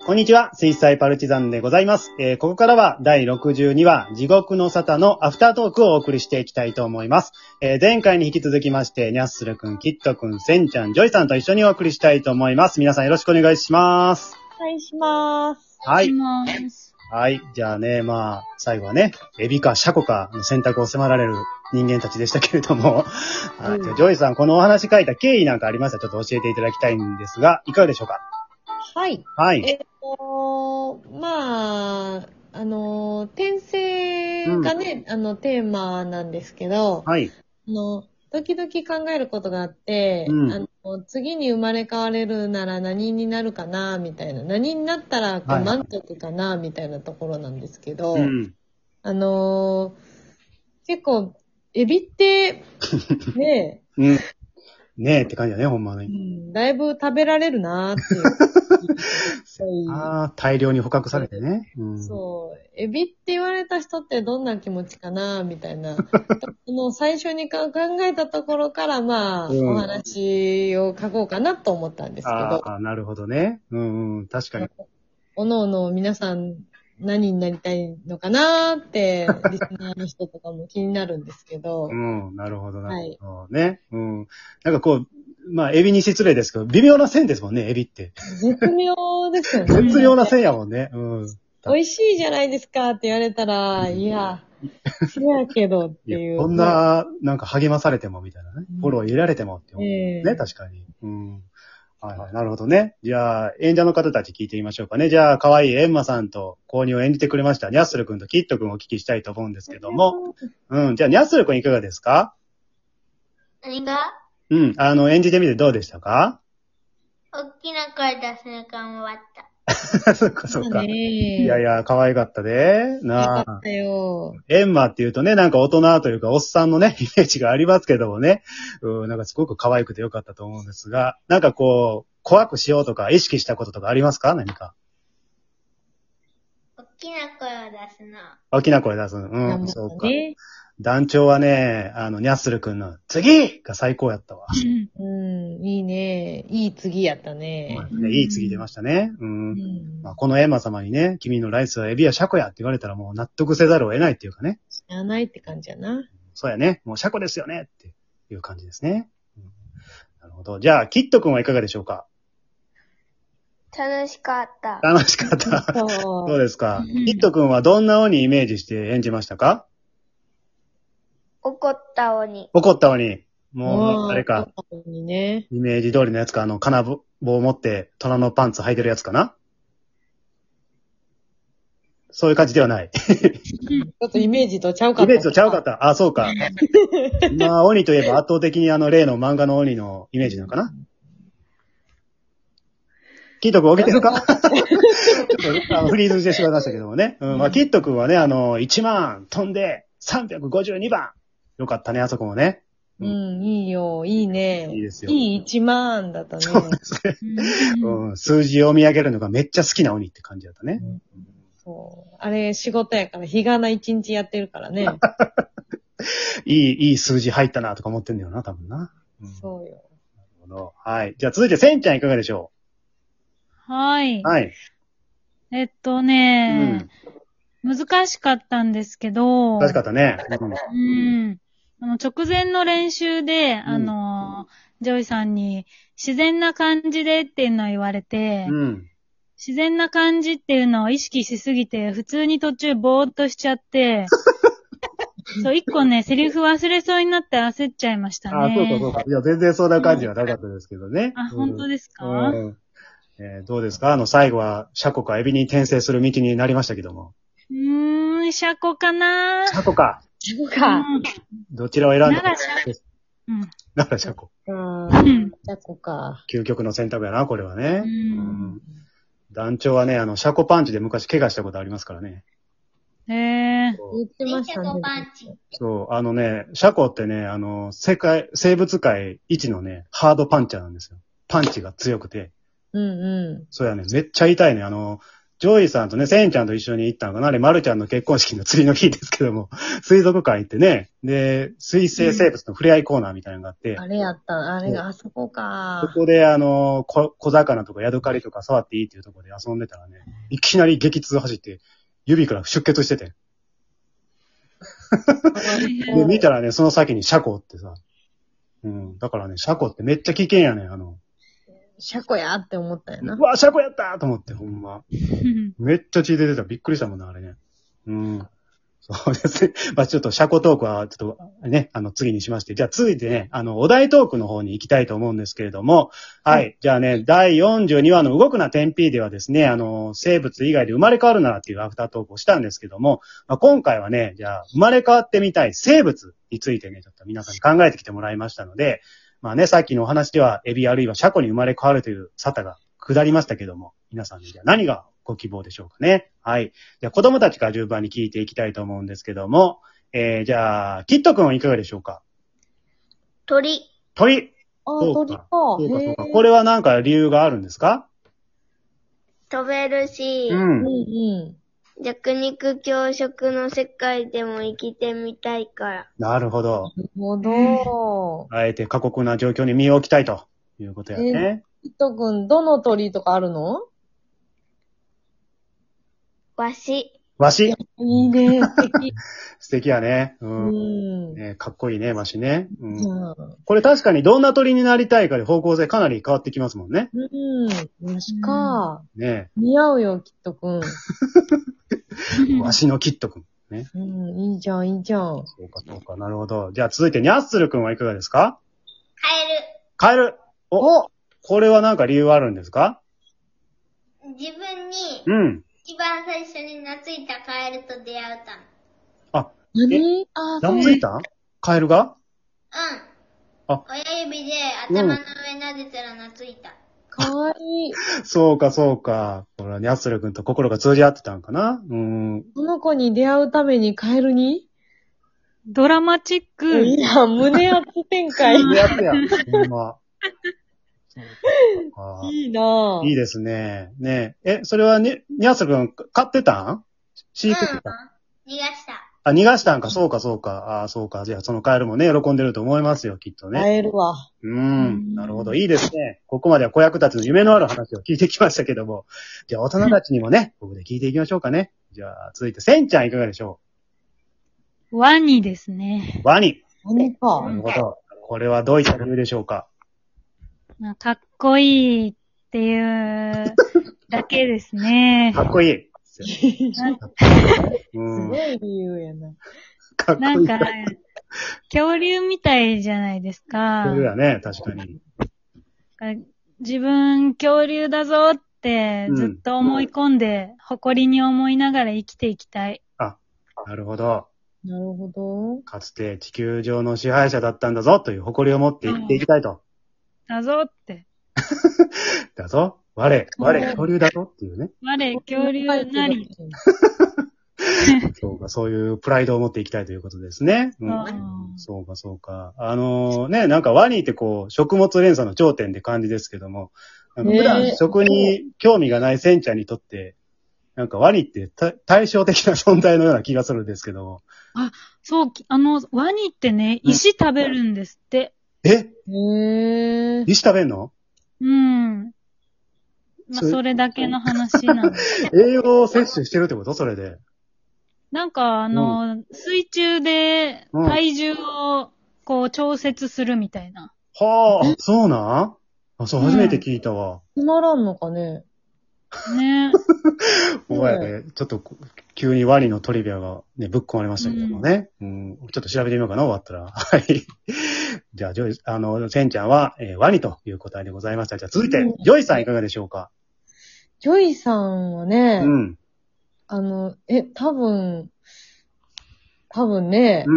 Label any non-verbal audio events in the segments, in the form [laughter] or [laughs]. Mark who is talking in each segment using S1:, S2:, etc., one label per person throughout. S1: こんにちは、水彩パルチザンでございます。えーここからは第62話、地獄の沙汰のアフタートークをお送りしていきたいと思います。えー前回に引き続きまして、ニャッスルくん、キットくん、センちゃん、ジョイさんと一緒にお送りしたいと思います。皆さんよろしくお願いします。
S2: お願いします。
S1: はい。
S3: ます。
S1: はい。じゃあね、まあ、最後はね、エビかシャコかの選択を迫られる人間たちでしたけれども、 [laughs] はい。じゃあジョイさん、このお話書いた経緯なんかありましたらちょっと教えていただきたいんですが、いかがでしょうか
S2: はい。
S1: はい。
S2: えっと、まあ、あの、転生がね、あの、テーマなんですけど、
S1: はい。
S2: あの、時々考えることがあって、
S1: うん
S2: あの、次に生まれ変われるなら何になるかな、みたいな。何になったらこ
S1: は
S2: う
S1: い
S2: 満足かな、みたいなところなんですけど、
S1: うん。
S2: あの、結構、エビ
S1: [laughs]
S2: って、ね、
S1: うん。ねえって感じだね、ほんまに。
S2: うんだいぶ食べられるなって
S1: [laughs]
S2: いう。
S1: ああ、大量に捕獲されてね。うん。
S2: そう、エビって言われた人ってどんな気持ちかな、みた
S1: [laughs]
S2: いな。その最初にか考えたところから、まあ、
S1: うん
S2: お話を書こうかなと思ったんですけ
S1: あ
S2: ど、
S1: あ、なるほどね。うん、うん、確かに。
S2: おのおの皆さん何になりたいのかなって、リスナーの人とかも気になるんですけど
S1: う、ん、なるほど、なるほど。ね。うん。なんかこう、まあ、エビに失礼ですけど、微妙な線ですもんね、エビ
S2: [laughs]
S1: って。
S2: 絶妙ですよね。
S1: 絶妙な線やもんね。うん。
S2: 美味しいじゃないですかって言われたら、いや、せやけどって
S1: い
S2: いう。
S1: やこんな、なんか励まされてもみたいなね
S2: う。ん
S1: フォロー入れられてもって思う。
S2: ええ
S1: ね、確かに。うん。はいはい。なるほどね。じゃあ、演者の方たち聞いてみましょうかね。じゃあ、可愛いエンマさんと購入を演じてくれました、ニャッスル君とキット君をお聞きしたいと思うんですけども。うん。じゃあ、ニャッスル君いかがですか
S3: 何が
S1: うん。あの、演じてみてどうでしたか [laughs]
S3: 大きな声出すの頑張った。
S1: そっかそっか。
S2: ね
S1: い
S2: え
S1: やいや、可愛かったで。
S2: よ
S1: な
S2: か
S1: あ
S2: っ。たよ。
S1: エンマっていうとね、なんか大人というか、おっさんのね、イ [laughs] メージがありますけどもね。うん、なんかすごく可愛くてよかったと思うんですが、なんかこう、怖くしようとか、意識したこととかありますか何か。
S3: 大きな声を出すの。
S1: 大きな声出すの。う
S2: 頑張
S1: ん、
S2: った
S1: そうか。
S2: ね。
S1: 団長はね、あの、ニャッスルくんの、次が最高やったわ。
S2: うん、いいね。いい次やったね。
S1: ねいい次出ましたね。うん。
S2: うん
S1: まあ、このエンマ様にね、君のライスはエビやシャコやって言われたらもう納得せざるを得ないっていうかね。
S2: 知らないって感じやな。
S1: そうやね。もうシャコですよねっていう感じですね。うんなるほど。じゃあ、キットくんはいかがでしょうか
S3: 楽しかった。
S1: 楽しかった。 [laughs]
S2: そ
S1: どう
S2: う。
S1: ですか
S3: うん
S1: キットくんはどんな鬼イメージして演じましたか
S3: 怒った鬼。
S1: 怒った鬼。もう、あれか、。
S2: にね。
S1: イメージ通りのやつか、あの、金棒を持って、虎のパンツ履いてるやつかなそういう感じではない。
S2: ちょっとイメージとちゃうか
S1: イ
S2: った。
S1: メージとちゃうかった。あ、そう [laughs] か。まあ、鬼といえば圧倒的にあの、例の漫画の鬼のイメージなのかなキット君起きてる [laughs] かちょっとあのフリーズしてしまいましたけどもね。うん、まあ、キット君はね、あの、1万飛んで352番。よかったね、あそこもね。
S2: うん、いいよ。いいね。
S1: いいですよ
S2: いい1万だったね。
S1: そうですね。うん、数字を見上げるのがめっちゃ好きな鬼って感じだったね。
S2: そう。あれ、仕事やから、日がな一日やってるか
S1: [laughs]
S2: らね。
S1: いい、いい数字入ったなとか思ってんだよな、多分な。うん
S2: そう
S1: な
S2: よ。
S1: るほどはい。じゃあ続いて、センちゃんいかがでしょ
S4: はい。
S1: うはい。
S4: えっと
S1: う
S4: ね
S1: ん、。
S4: 難しかったんですけど、
S1: 難しかったね。うん
S4: うん。あの、直前の練習で、あの、ジョイさんに、自然な感じでっていうのを言われて、
S1: うん。
S4: 自然な感じっていうのを意識しすぎて、普通に途中ぼーっとしち
S1: [laughs]
S4: ゃって、そう、一個ね、セリフ忘れそうになって焦っちゃいましたね。
S1: あ、そうかそうか。いや、全然そんな感じはなかったですけどね。
S4: あ本当
S1: で
S4: ですか
S1: うんえーどうですかあの、最後は、シャコかエビに転生する道になりましたけども。
S4: うーん、シャコかな
S1: シャコか。
S2: そう
S4: う
S2: か。
S4: ん
S1: どちらを選んだ
S4: な
S1: から
S4: シャうん。
S1: ならシャコ。
S2: うん。
S4: ん
S2: じゃあこうか。
S1: 究極の選択やな、これはね。
S4: うん
S1: うん団長はね、あの、シャコパンチで昔怪我したことありますからね。
S4: えー。
S2: 言ってましたね。
S3: チ。
S1: そう、あのね、シャコってね、あの、世界、生物界一のね、ハードパンチャーなんですよ。パンチが強くて。
S2: うんう
S1: そうやね、めっちゃ痛いね。あの、ジョイさんとね、センちゃんと一緒に行ったのかなあれ、マルちゃんの結婚式の次の日ですけども、 [laughs] 水族館行ってね、で、水生生物の触れ合いコーナーみたいなのがあって、
S2: あれやった、あれが、あそこ
S1: そ
S2: か。
S1: こで、あの、こ小魚とかヤドカリとか触っていいっていうところで遊んでたらね、いきなり激痛走って、指から出血してて。で、見たらね、その先にシャコってさ。うん。だからね、シャコってめっちゃ危険やねんあの、
S2: シャコやって思ったよな
S1: う。わ、シャコやったーと思って、ほんま。
S4: うん
S1: めっちゃ血出てた。びっくりしたもんな、あれね。うん。そうですね。まあちょっと、車庫トークは、ちょっと、ね、あの、次にしまして。じゃあ、続いてね、あの、お題トークの方に行きたいと思うんですけれども、はい。じゃあね、第42話の動くな天 P ではですね、あの、生物以外で生まれ変わるならっていうアフタートークをしたんですけども、まあ、今回はね、じゃあ、生まれ変わってみたい生物についてね、ちょっと皆さんに考えてきてもらいましたので、まあね、さっきのお話では、エビあるいはシャコに生まれ変わるという沙汰が下りましたけども、皆さんにじゃあ何がご希望でしょうかね。はい。じゃあ子供たちから順番に聞いていきたいと思うんですけども、えー、じゃあ、キット君はいかがでしょうか
S3: 鳥。
S1: 鳥
S2: あ
S1: そ
S2: ー、
S1: う
S2: 鳥
S1: か
S2: か。
S1: そうかそうか。
S2: へー
S1: これは何か理由があるんですか
S3: 飛べるし、
S2: うんうん。
S3: 弱肉強食の世界でも生きてみたいから。
S1: なるほど。
S2: なるほど。
S1: あえて過酷な状況に身を置きたいということやね。
S2: きっとくん、どの鳥とかあるの
S3: わし。
S1: わし
S2: いいね、素敵。
S1: 素敵やね。う。
S2: うんん。
S1: ねかっこいいね、わしね、うん。
S2: う
S1: これ確かにどんな鳥になりたいかで方向性かなり変わってきますもんね。
S2: ん。マジか。
S1: ね
S2: 似合うよ、きっとくん。
S1: わしのキット君。ね。
S2: うん、いいじゃん、いいじゃん。
S1: そうか、そうか。なるほど。じゃあ続いて、ニャッスル君はいかがですか
S3: カエ
S1: カエル。おこれはなんか理由あるんですか
S3: ル。自分に
S1: うん。
S3: 一番最初に懐いたカエルと出会うた
S2: 何あー、
S1: 何ついたんカエルが
S3: の。う
S1: あ
S3: ん。親指で頭の上撫でたら懐いた。
S2: かわいい。
S1: そうか、そうか。これはニャッスル君と心が通じ合ってたんかなうーん。
S2: この子に出会うためにカエルに
S4: ドラマチック。
S2: いや、胸熱展
S1: [laughs]
S2: 開。
S1: 出会ってやん。ほんま。そうかそう
S2: いいな
S1: か
S2: ぁ。
S1: いいですね。ねえ、えそれはにニャッスル君飼ってたん飼
S3: うん。
S1: 育
S3: 逃
S1: してたん
S3: がした。
S1: あ、逃がしたんか、そうか、そうか。あーそうか。じゃあ、そのカエルもね、喜んでると思いますよ、きっとね。
S2: カエルは。
S1: うーん。なるほど。いいですね。ここまでは子役たちの夢のある話を聞いてきましたけども。じゃあ、大人たちにもね、ここで聞いていきましょうかね。じゃあ、続いて、センちゃんいかがでしょ
S4: ワニですね。
S1: うワニ。
S2: 何
S1: な
S2: か。
S1: るほど。これはどういった理由でしょうか
S4: まあかっこいいっていうだけです
S1: [laughs]
S4: ね。
S1: かっこいい。う
S2: す
S1: ん
S2: ご。い理由やな。
S1: かっこ
S4: ないん
S1: い。
S4: か、恐竜みたいじゃないですか。
S1: そうだね、確かに。
S4: 自分恐竜だぞってずっと思い込んで、誇りに思いながら生きていきたい。
S1: なるほど。
S2: なるほど。
S1: かつて地球上の支配者だったんだぞという誇りを持って生きていきたいと。
S4: だぞって。
S1: だぞ。我、我、
S2: うん
S1: 恐竜だぞっていうね。
S4: 我、恐竜なり。。
S1: そうか、そういうプライドを持っていきたいということですね。うん
S4: あー
S1: そうか、そうか。あのね、なんかワニってこう、食物連鎖の頂点って感じですけども、なんか普
S2: ね
S1: 段
S2: え
S1: 食に興味がないセンちゃんにとって、なんかワニってた対照的な存在のような気がするんですけども。
S4: そう、きあの、ワニってね、
S1: うん
S4: 石食べるんですって。
S1: え
S2: へえ。
S1: 石食べんの
S4: うん。まあ、
S1: それ
S4: それだけの話なんです。
S1: 栄養を摂取してるってことそれで。
S4: なんか、あの、水中で
S1: うん
S4: 体重を、こう、調節するみたいな。
S1: はあ、そうなんあ、そう、
S4: うん
S1: 初めて聞いたわ。
S2: つまらんのかね。
S4: ね。
S1: お前ね、ちょっとこ急にワニのトリビアがね、ぶっ込まれましたけどもね。うん、ちょっと調べてみようかな、終わったら。 [laughs] はい。じゃあ、ジョイ、あの、センちゃんは、えーワニという答えでございました。じゃあ、続いて
S2: うん、
S1: ジョイさんいかがでしょうか
S2: ジョイさんはね、
S1: うん。
S2: あの、え、多分、多分ね、
S1: う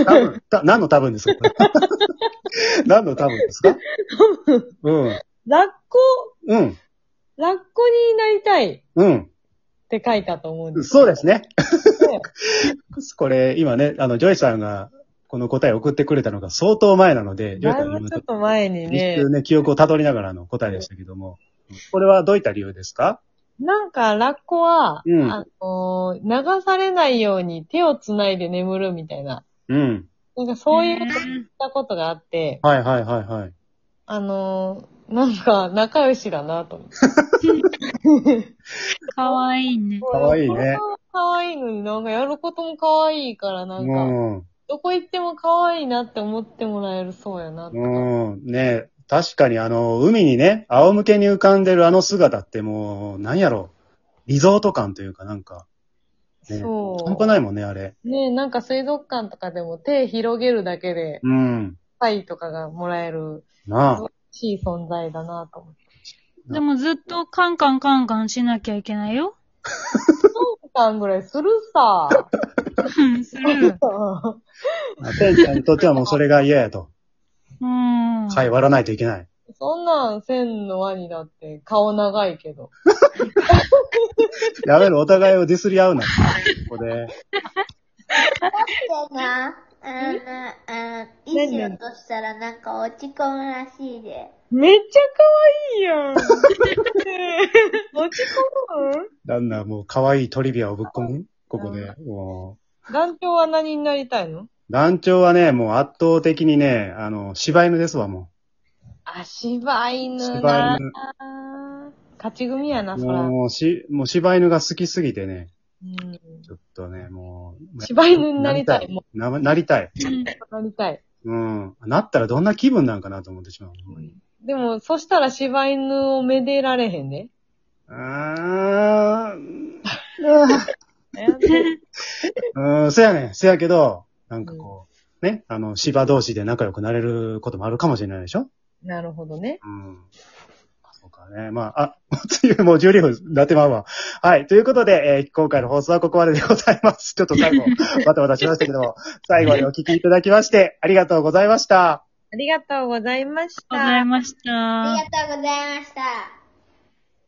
S1: ん。多分、た、何の多分ですかこ [laughs] れ何の多分ですかうん。
S2: ラッコ、
S1: うん。
S2: ラッコになりたいっ
S1: うん。
S2: て書いたと思うんです
S1: そうですね。
S2: けど、
S1: これ、今ね、あの、ジョイさんが、この答えを送ってくれたのが相当前なので、ジョイ
S2: だ
S1: さ
S2: い
S1: ん
S2: ぶちょ
S1: 今
S2: っと前に
S1: 一 [laughs]
S2: ね
S1: 周、ね、記憶をたどりながらの答えでしたけども、これはどういった理由ですか
S2: なんか、ラッコは、
S1: うん
S2: あのー流されないように手をつないで眠るみたいな。
S1: うん。
S2: なんかそういうのを聞い
S4: ん
S2: たことがあって、
S1: はいはいはいはい。
S2: あのーなんか仲良しだなと思って。
S4: かわいいね。
S1: かわいいね
S2: これは可愛いのになんかやることも可愛いからなんか、
S1: うん。
S2: どこ行っても可愛いなって思ってもらえるそうやなとか。
S1: うん。ねえ確かにあの、海にね、仰向けに浮かんでるあの姿ってもう、なんやろ。リゾート感というかなんか、ね
S2: そう。
S1: 半端ないもんね、あれ。
S2: ねえ、なんか水族館とかでも手広げるだけで、
S1: うん。
S2: パイとかがもらえる、
S1: なあ。
S2: しい存在だなと思
S1: [laughs]
S2: って。
S4: でもずっとカンカンカンカンしなきゃいけないよ。
S2: 1間ぐらいする
S1: [laughs]
S2: さ。 [laughs]
S4: うん、する。
S1: ペンちゃんにとってはもうそれが嫌やと。
S4: うん。
S1: はい、割らないといけない。
S2: そんなん、千の輪になって、顔長いけど。
S1: やめろ、お互いをディスり合うな。ここで。
S3: な、うん、うん、意思落としたらなんか落ち込むらしいで。
S2: めっちゃ可愛いやん。落ち込む
S1: なんだ、もう可愛いトリビアをぶっ込むここで。も
S2: 団長は何になりたいの
S1: う団長はね、もう圧倒的にね、あの、柴犬ですわ、も
S2: あ、柴
S1: う。
S2: 犬
S1: 柴
S2: な
S1: 犬。
S2: 勝ち組やな、そら。
S1: もう、し、もう柴犬が好きすぎてね、
S2: うん
S1: ちょっとね、もう。
S2: 柴犬になりたいも
S1: ななりたい。
S4: うん
S2: なりたい。
S1: うん。なったらどんな気分なんかなと思ってしまう。
S2: でも、そしたら柴犬をめでられへんね。
S1: あー、うん、せやねん。せやけど、なんかこう、ね、あの、芝同士で仲良くなれることもあるかもしれないでしょ
S2: なるほどね。
S1: うん。そうかね。まあ、あ、 [laughs] もう、もう12分になってまうわ。はい。ということで、えー今回の放送はここまででございます。ちょっと最後、バタバタしましたけども、最後にお聞きいただきまして、ありがとうございました。
S2: ありがとうございまし
S4: ありがとうござ
S2: た
S4: い。ました。
S3: ありがとうございました。